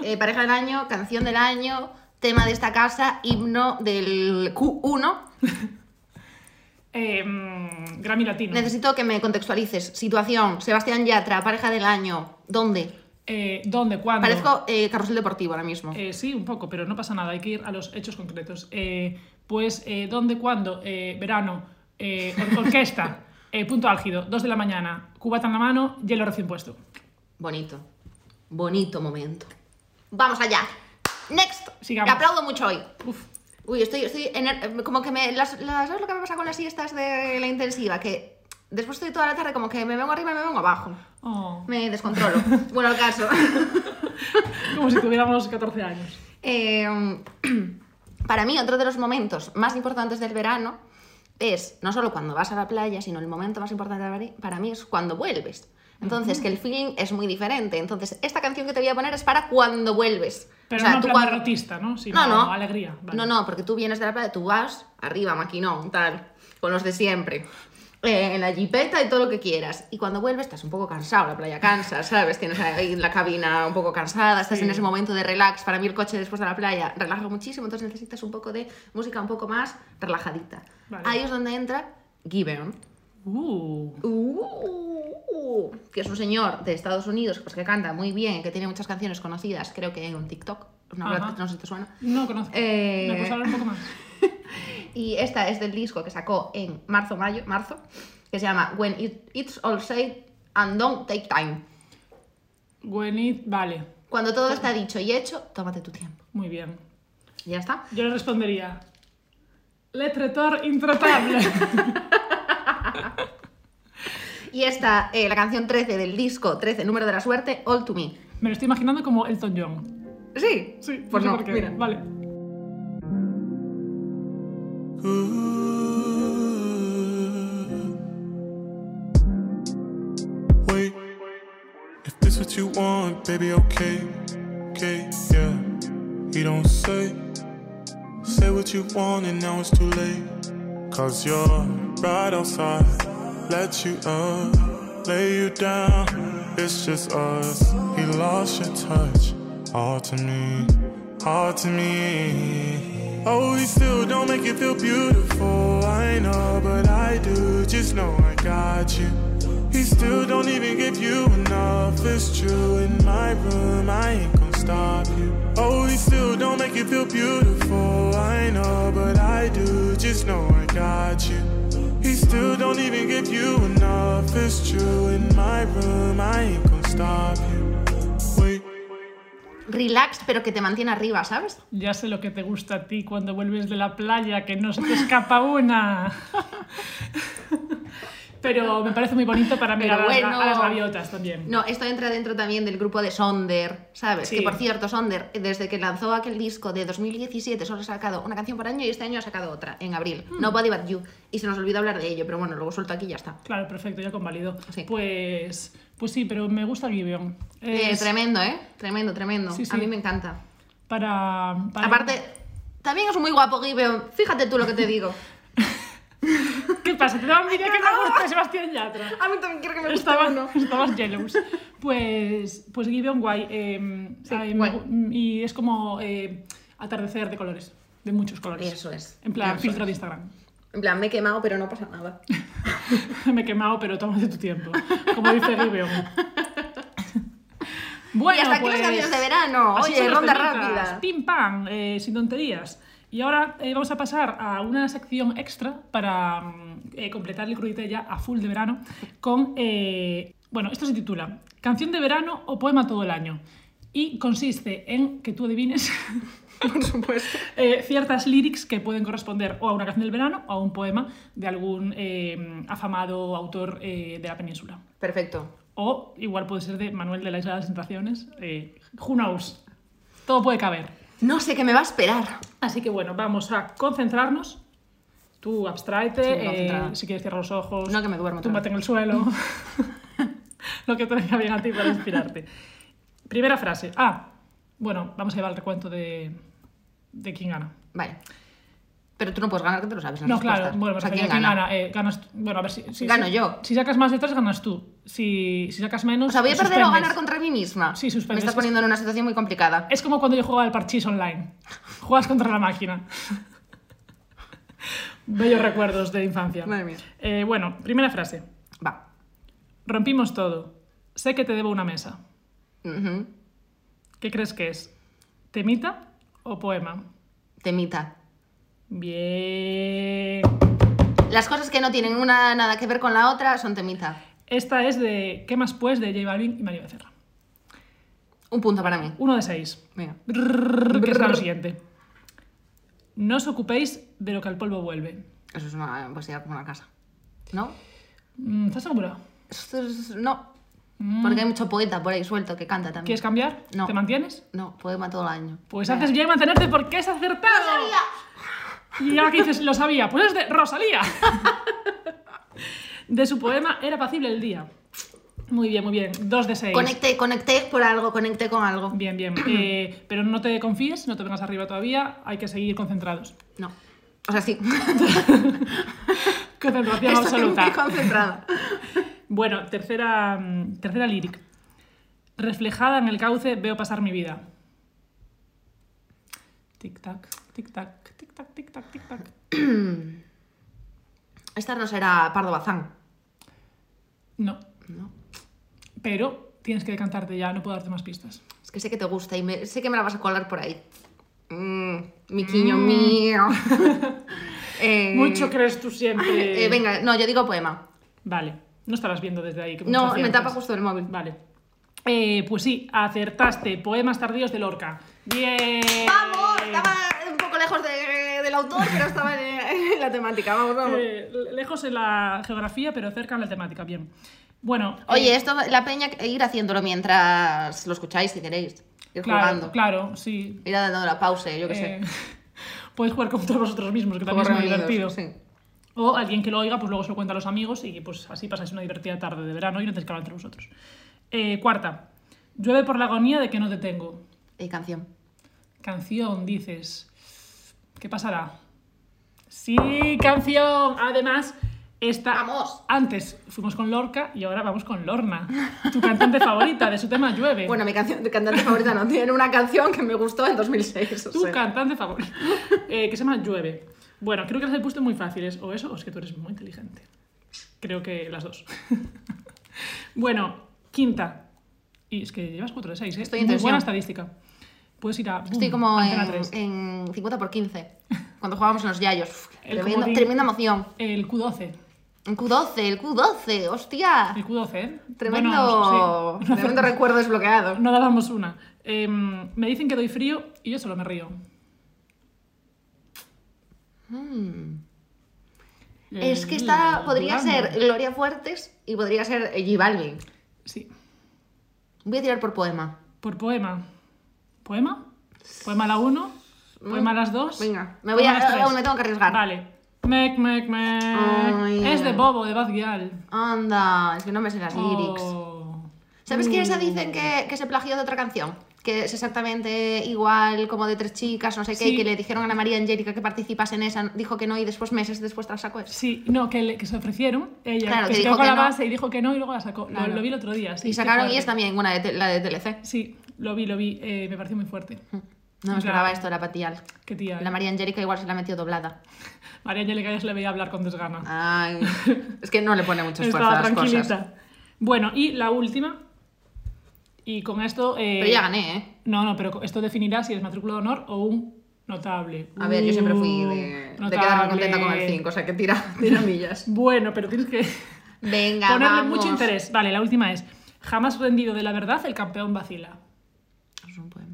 B: Eh, pareja del año, canción del año, tema de esta casa, himno del Q1.
A: Eh, mm, Grammy Latino.
B: Necesito que me contextualices. Situación, Sebastián Yatra, pareja del año. ¿Dónde?
A: eh, dónde, cuándo.
B: Parezco eh, carrusel deportivo ahora mismo.
A: Eh, sí, un poco, pero no pasa nada, hay que ir a los hechos concretos. Eh, pues, eh, ¿dónde, cuándo? Eh, verano, eh, or- orquesta, eh, punto álgido, 2 de la mañana, cubata en la mano, hielo recién puesto.
B: Bonito. Bonito momento. Vamos allá. Next.
A: Sigamos.
B: Te aplaudo mucho hoy. Uy, estoy, estoy ener- como que me... las- las- ¿Sabes lo que me pasa con las siestas de la intensiva? Que después estoy toda la tarde como que me vengo arriba y me vengo abajo.
A: Oh,
B: Me descontrolo. bueno, al caso.
A: como si tuviéramos 14 años.
B: Eh, para mí, otro de los momentos más importantes del verano es no solo cuando vas a la playa, sino el momento más importante para mí- para mí es cuando vuelves. Entonces, que el feeling es muy diferente. Entonces, esta canción que te voy a poner es para cuando vuelves.
A: Pero
B: O sea,
A: no en
B: tú
A: plan
B: cuando-
A: derrotista, ¿no? Sino
B: No, no.
A: alegría. vale.
B: No, no, porque tú vienes de la playa, tú vas arriba, maquinón, tal, con los de siempre. eh, en la jipeta y todo lo que quieras. Y cuando vuelves estás un poco cansado, la playa cansa, ¿sabes? Tienes ahí la cabina un poco cansada, estás
A: Sí.
B: en ese momento de relax. Para mí el coche después de la playa relaja muchísimo, entonces necesitas un poco de música un poco más relajadita.
A: Vale.
B: Ahí es donde entra Gibbon.
A: Uh,
B: Uh, que es un señor de Estados Unidos pues, que canta muy bien, que tiene muchas canciones conocidas, creo que en un TikTok, no,
A: Ajá.
B: no sé si te suena.
A: no conozco.
B: Eh,
A: ¿Me puedes hablar un poco más?
B: Y esta es del disco que sacó en marzo, mayo, marzo, que se llama When It- It's All Said and Don't Take Time.
A: Gwenit, vale,
B: Cuando todo está dicho y hecho, tómate tu tiempo.
A: muy bien.
B: Ya está.
A: Yo le respondería. Letretor intratable.
B: Y esta, eh, la canción 13 del disco 13, número de la suerte, All to Me.
A: Me lo estoy imaginando como Elton John.
B: Sí,
A: Sí,
B: Pues
A: no,
B: no,
A: sé por qué.
B: mira.
A: Vale.
M: Wait, if this what you want, baby, okay, okay, yeah. You don't say, say what you want, and now it's too late. Cause you're right outside, let you up, lay you down. It's just us, he lost your touch. All to me, all to me. Oh, he still don't make you feel beautiful. I know, but I do. Just know I got you. He still don't even give you enough. It's true in my room, I ain't gonna stop you. Oh, he still don't make you feel beautiful. I know, but I do. Just know I got you. He still don't even give you enough. It's true in my room, I ain't gonna stop you. Wait.
B: Relax, pero que te mantiene arriba, ¿sabes?
A: Ya sé lo que te gusta a ti cuando vuelves de la playa, que no se te escapa una. Pero me parece muy bonito para mirar
B: Pero
A: a las-
B: bueno.
A: a las gaviotas también.
B: No, esto entra dentro también del grupo de Sonder, ¿sabes?
A: Sí.
B: Que por cierto, Sonder, desde que lanzó aquel disco de 2017, solo ha sacado una canción por año y este año ha sacado otra, en abril.
A: Hmm.
B: Nobody But You. Y se nos olvidó hablar de ello, pero bueno, luego suelto aquí y ya está.
A: Claro, perfecto, ya convalido. Pues, pues sí, pero me gusta Gibeon.
B: Eh,
A: Es
B: tremendo, ¿eh? Tremendo, tremendo.
A: Sí, sí.
B: A mí me encanta.
A: Para, para-
B: Aparte, también es muy guapo Gibeon. Fíjate tú lo que te digo.
A: ¿Qué pasa? ¿Te da envidia que me gusta Sebastián Yatra?
B: A mí también quiero que me guste
A: Estaba-
B: uno.
A: Estabas jealous. Pues, pues Gibeon guay. eh, ay, me gu- Y es como eh, atardecer de colores, de muchos colores.
B: Eso es.
A: En plan,
B: Eso
A: filtro
B: es.
A: de Instagram.
B: En plan, me he quemado, pero no pasa nada.
A: Me he quemado, pero tómate tu tiempo. Como dice Gibeon. Bueno,
B: y hasta aquí
A: pues,
B: las canciones de verano.
A: así
B: Oye,
A: son las
B: ronda
A: pelotas.
B: rápida.
A: Pim pam, eh, sin tonterías. Y ahora eh, vamos a pasar a una sección extra para mm, eh, completar el crudite ya a full de verano con. eh, bueno, esto se titula Canción de verano o poema todo el año. Y consiste en que tú adivines. Por supuesto. ciertas lyrics que pueden corresponder o a una canción del verano o a un poema de algún eh, afamado autor eh, de la península.
B: Perfecto.
A: O igual puede ser de Manuel de la Isla de las Tentaciones. Eh, who knows? Todo puede caber.
B: No sé qué me va a esperar.
A: Así que bueno, vamos a concentrarnos. Tú abstráete,
B: Sí,
A: eh,
B: concentrada.
A: si quieres cierra los ojos.
B: No, que me duermo otra
A: Túmbate en el suelo. Lo que te venga bien a ti para inspirarte. Primera frase. Ah, bueno, vamos a llevar el recuento de, de quién gana.
B: Vale. Pero tú no puedes ganar, que te lo sabes. las
A: No, claro,
B: respuestas.
A: bueno,
B: O
A: vamos
B: sea,
A: a ver
B: ¿quién
A: quién
B: gana?
A: gana. Eh, ganas tú. Bueno, a ver si. si-
B: Gano
A: si-
B: yo.
A: Si sacas más de tres, ganas tú. Si, si sacas menos.
B: O sea, voy a
A: pues
B: perder o
A: suspendes.
B: ganar contra mí misma.
A: Sí, suspendes.
B: Me estás poniendo en una situación muy complicada.
A: Es como cuando yo jugaba al parchís online. Juegas contra la máquina. Bellos recuerdos de infancia.
B: Madre mía.
A: Eh, bueno, primera frase.
B: Va.
A: Rompimos todo. Sé que te debo una mesa. ¿Qué crees que es? ¿Temita o poema?
B: Temita.
A: Bien.
B: Las cosas que no tienen una nada que ver con la otra son temita.
A: Esta es de ¿Qué más pues? de J Balvin y Mario Becerra.
B: Un punto para mí.
A: Uno de seis.
B: Venga.
A: Que será lo siguiente. No os ocupéis de lo que al polvo vuelve.
B: Eso es una poesía como una casa. ¿No?
A: Mm, ¿Estás segura?
B: Esto es- No. Porque hay mucho poeta por ahí suelto que canta también.
A: Mm. ¿Quieres cambiar?
B: No.
A: ¿Te mantienes?
B: No, poema todo el año.
A: Pues
B: Venga.
A: haces bien mantenerte porque es acertado. Y ahora que dices, lo sabía, pues es de Rosalía. De su poema Era pacible el día. Muy bien, muy bien. Dos de seis.
B: Conecté, conecté por algo, conecté con algo.
A: Bien, bien. Eh, pero no te confíes, no te vengas arriba todavía, hay que seguir concentrados.
B: No. O sea, sí.
A: Concentración
B: Estoy muy
A: absoluta.
B: concentrada.
A: Bueno, tercera, mm, tercera lyric. Reflejada en el cauce veo pasar mi vida. Tic tac, tic tac, tic tac, tic tac, tic tac.
B: Esta no será Pardo Bazán.
A: No.
B: No.
A: Pero tienes que decantarte ya, no puedo darte más pistas.
B: Es que sé que te gusta y me- sé que me la vas a colar por ahí. Mm, mi quiño mío. Eh,
A: Mucho crees tú siempre.
B: eh, venga, no, yo digo poema.
A: Vale, no estarás viendo desde ahí. que
B: No,
A: mucho
B: me
A: aciertas.
B: tapa justo el móvil.
A: Vale. Eh, pues sí, acertaste. Poemas tardíos de Lorca. ¡Bien! Eh,
B: Vamos, estaba un poco lejos de- del autor, pero estaba en, en la temática. Vamos, vamos.
A: Eh, lejos en la geografía, pero cerca en la temática. Bien. Bueno. eh,
B: Oye, esto la peña ir haciéndolo mientras lo escucháis si queréis. Ir
A: claro,
B: jugando.
A: Claro, sí.
B: Ir dando la pausa, yo qué
A: Eh,
B: sé.
A: podéis jugar con todos vosotros mismos, que también es
B: Juegos
A: muy divertido.
B: reunidos, sí.
A: O alguien que lo oiga, pues luego se lo cuenta a los amigos y pues así pasáis una divertida tarde de verano y no tenéis que hablar entre vosotros. Eh, cuarta. Llueve por la agonía de que no te tengo.
B: Y canción.
A: Canción, dices. ¿Qué pasará? Sí, canción. Además, esta.
B: Vamos.
A: Antes fuimos con Lorca y ahora vamos con Lorna, tu cantante favorita de su tema Llueve.
B: Bueno, mi canción, mi cantante favorita no tiene una canción que me gustó en 2006. o
A: tu
B: sea.
A: cantante favorita, eh, que se llama Llueve. Bueno, creo que las he puesto muy fáciles, o eso, o es que tú eres muy inteligente. Creo que las dos. bueno, quinta. Y es que llevas 4 de 6, ¿eh?
B: Estoy en
A: muy
B: tensión.
A: buena estadística. Puedes ir a. boom,
B: Estoy como
A: Antena
B: en,
A: 3.
B: en 50 por 15 cuando jugábamos en los Yayos. Uf,
A: El
B: tremendo-
A: comodín.
B: tremenda emoción.
A: El Q12.
B: El Q12, el Q12, hostia.
A: El Q12, ¿eh?
B: Tremendo,
A: Bueno, sí.
B: tremendo recuerdo desbloqueado.
A: No dábamos una. Em, me dicen que doy frío y yo solo me río.
B: Es que esta
A: Eh,
B: podría
A: dudando.
B: ser Gloria Fuertes y podría ser G. Balvin.
A: Sí.
B: Voy a tirar por poema.
A: Por poema. ¿Poema? ¿Poema a la 1? ¿Poema a las 2?
B: Venga, me voy a- aún me tengo que arriesgar.
A: Vale. Mec, mec, mec.
B: Ay.
A: Es de Bobo, de Bad Gyal.
B: Anda, es que no me sé las lyrics.
A: Oh.
B: ¿Sabes que esa
A: Mm.
B: dicen que, que se plagió de otra canción? Que es exactamente igual, como de tres chicas, no sé qué,
A: Sí.
B: y que le dijeron a Ana María Angélica que participase en esa, dijo que no y después meses después tras sacó esa.
A: Sí, no, que, le- que se ofrecieron. Ella
B: Claro,
A: que,
B: que
A: se quedó
B: dijo
A: con
B: que
A: la
B: no.
A: base y dijo que no y luego la sacó. Lo-
B: Claro.
A: Lo, vi el otro día. Sí,
B: Y
A: qué
B: sacaron y
A: fuerte.
B: es también una de, te- la de TLC.
A: Sí, lo vi, lo vi. Eh, me pareció muy fuerte.
B: No me esperaba esto, era patial.
A: Qué tía. eh.
B: Mm. La María Angélica igual se la metió doblada.
A: María Angélica ya se le veía hablar con desgana.
B: Ah, Ay, es que no le pone mucho esfuerzo
A: Estaba
B: a las
A: tranquilita.
B: cosas.
A: Bueno, y la última. Y con esto. eh,
B: Pero ya gané, ¿eh?
A: No, no, pero esto definirá si eres matrícula de honor o un notable.
B: A ver, yo siempre fui
A: Uh,
B: de, de quedarme contenta con el
A: notable.
B: 5, o sea que tira, tira millas.
A: Bueno, pero tienes que
B: Venga,
A: ponerle
B: vamos.
A: mucho interés. Vale, la última es. Jamás rendido de la verdad, el campeón vacila.
B: Es un poema.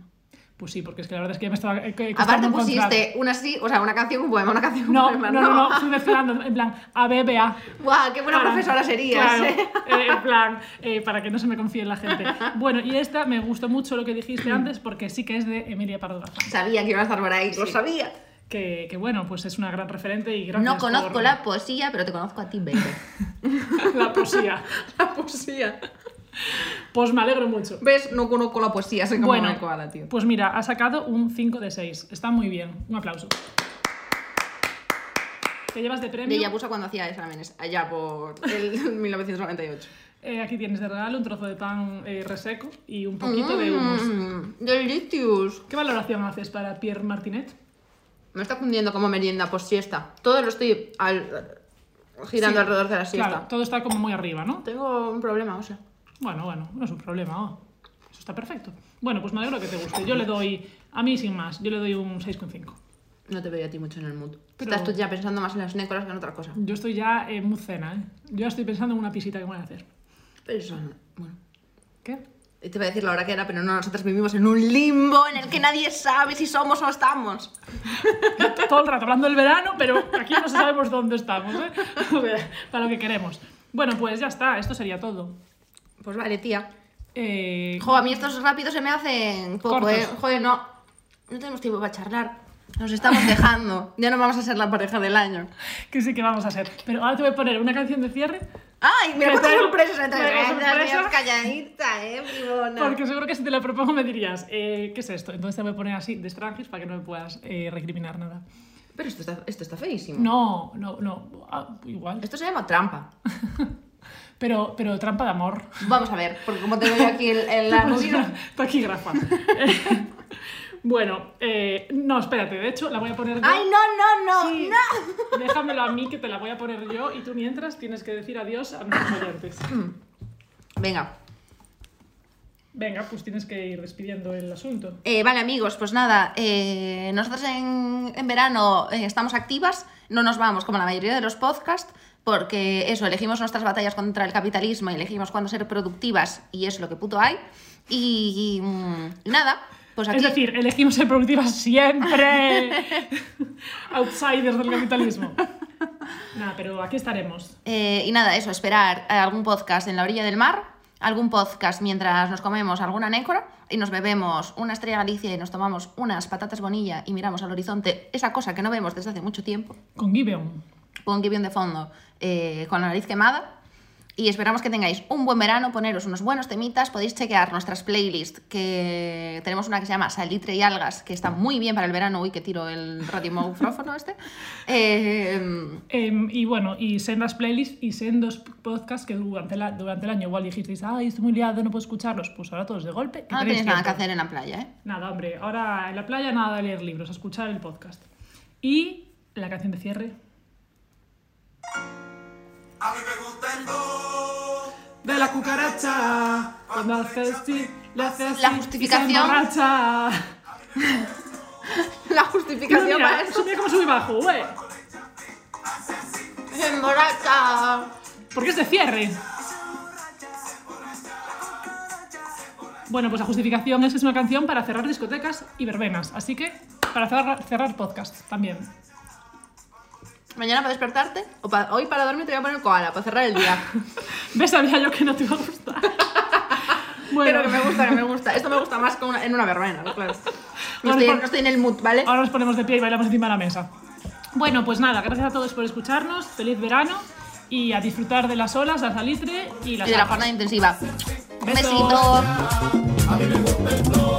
A: Pues sí, porque es que la verdad es que ya me estaba. eh, costando
B: Aparte
A: encontrar.
B: pusiste una sí, o sea, una canción, un poema, una canción, un
A: No,
B: poema.
A: no, no, no, fui mezclando. En plan, A, B, B, A.
B: Guau, qué buena
A: Para-
B: profesora serías.
A: Claro,
B: ¿eh?
A: eh, en plan, eh, para que no se me confíe en la gente. Bueno, y esta me gustó mucho lo que dijiste antes porque sí que es de Emilia Pardo Bazán,
B: Sabía que iba a estar por ahí, lo sabía.
A: que, que bueno, pues es una gran referente y gracias
B: No conozco
A: por
B: la poesía, pero te conozco a ti, baby.
A: la poesía.
B: la poesía.
A: Pues me alegro mucho.
B: ¿Ves? No conozco la poesía, soy como
A: Bueno,
B: una koala, tío.
A: pues mira, ha sacado un 5 de 6. Está muy bien. Un aplauso. Te llevas de premio.
B: Bella Busa cuando hacía exámenes, allá por el 1998.
A: Eh, aquí tienes de regalo un trozo de pan eh, reseco y un poquito de hummus.
B: Mm, delicious.
A: ¿Qué valoración haces para Pierre Martinet?
B: Me está cundiendo como merienda por siesta. Todo lo estoy al- girando
A: Sí,
B: alrededor de la siesta.
A: Claro, todo está como muy arriba, ¿no?
B: Tengo un problema, o sea.
A: Bueno, bueno, no es un problema. oh. Eso Está perfecto. Bueno, pues me alegro que te guste. Yo le doy, a mí sin más, yo le doy un 6,5.
B: No te veo a ti mucho en el mood.
A: Pero-
B: Estás tú ya pensando más en las nécoras que en otra cosa.
A: Yo estoy ya en mood cena, ¿eh? Yo ya estoy pensando en una pisita que voy a hacer.
B: Pero eso, no- bueno.
A: ¿Qué?
B: Te voy a decir la hora que era, pero no, nosotros vivimos en un limbo en el que nadie sabe si somos o no estamos.
A: Todo el rato hablando del verano, pero aquí no sabemos dónde estamos, ¿eh? O sea, para lo que queremos. Bueno, pues ya está, esto sería todo.
B: Pues vale, tía.
A: Eh,
B: Jo, a mí estos rápidos se me hacen poco,
A: Cortos.
B: eh. Joder, no. No tenemos tiempo para charlar. Nos estamos dejando. ya no vamos a ser la pareja del año.
A: que sí que vamos a hacer. Pero ahora te voy a poner una canción de cierre.
B: ¡Ay, mira
A: Me
B: cuántas
A: traigo-
B: sorpresas me traes!
A: traigo
B: Ay, Dios mío,
A: sorpresa.
B: calladita, eh, bribona.
A: Porque seguro que si te la propongo me dirías, eh, ¿qué es esto? Entonces te voy a poner así de Strangis para que no me puedas eh, recriminar nada.
B: Pero esto está, esto está feísimo.
A: No, no, no. ah, igual.
B: Esto se llama trampa.
A: pero, pero trampa de amor.
B: Vamos a ver, porque como tengo yo aquí el, el la movida-
A: Taquigrafa. Eh, bueno, eh, no, espérate. De hecho, la voy a poner yo.
B: ¡Ay, no, no, no!
A: Sí.
B: ¡No!
A: Déjamelo a mí que te la voy a poner yo y tú mientras tienes que decir adiós a nuestros oyentes.
B: Mm. Venga.
A: Venga, pues tienes que ir despidiendo el asunto.
B: Eh, vale, amigos, pues nada, eh, nosotros en, en verano eh, estamos activas, no nos vamos como la mayoría de los podcasts, porque eso, elegimos nuestras batallas contra el capitalismo, elegimos cuándo ser productivas y es lo que puto hay. Y, y, mm, y nada, pues aquí.
A: Es decir, elegimos ser productivas siempre. Outsiders del capitalismo. Nada, pero aquí estaremos.
B: Eh, y nada, eso, esperar a algún podcast en la orilla del mar, algún podcast mientras nos comemos alguna nécora y nos bebemos una estrella Galicia y nos tomamos unas patatas bonilla y miramos al horizonte, esa cosa que no vemos desde hace mucho tiempo,
A: Con Gibeon.
B: con bien de fondo, eh, con la nariz quemada. Y esperamos que tengáis un buen verano, poneros unos buenos temitas, podéis chequear nuestras playlists, que tenemos una que se llama Salitre y Algas, que está muy bien para el verano, uy, que tiro el radiomófono este. Eh,
A: Em, y bueno, y sendas playlists y sendos podcasts que durante, la- durante el año igual dijisteis, ay, estoy muy liado, no puedo escucharlos. Pues ahora todos de golpe. que
B: no tenéis nada que
A: tiempo.
B: hacer en la playa, ¿eh?
A: Nada, hombre, ahora en la playa nada de leer libros, a escuchar el podcast. Y la canción de cierre.
F: A mí me gusta el do.
A: De la cucaracha, cuando haces sí, le
B: La
A: haces sí, y se
B: justificación.
A: emborracha.
B: La
A: Mira,
B: justificación para
A: mira,
B: eso.
A: mira cómo sube bajo, güey.
B: Emborracha.
A: Porque es de cierre. Bueno, pues la justificación es que es una canción para cerrar discotecas y verbenas. Así que para cerrar, cerrar podcast también.
B: Mañana para despertarte o pa- hoy para dormir te voy a poner koala para cerrar el día.
A: ¿Ves? Sabía yo que no te iba a gustar.
B: Pero que me gusta, que me gusta. Esto me gusta más que una- en una verbena, claro. No
A: Ahora
B: estoy,
A: por-
B: no estoy en el mood, ¿vale?
A: Ahora nos ponemos de pie y bailamos encima de la mesa. Bueno, pues nada, gracias a todos por escucharnos. Feliz verano y a disfrutar de las olas, la salitre y
B: Y
A: las
B: de la
A: aguas.
B: jornada intensiva. Un
A: Besos.
B: besito.
F: A mí me gusta el do.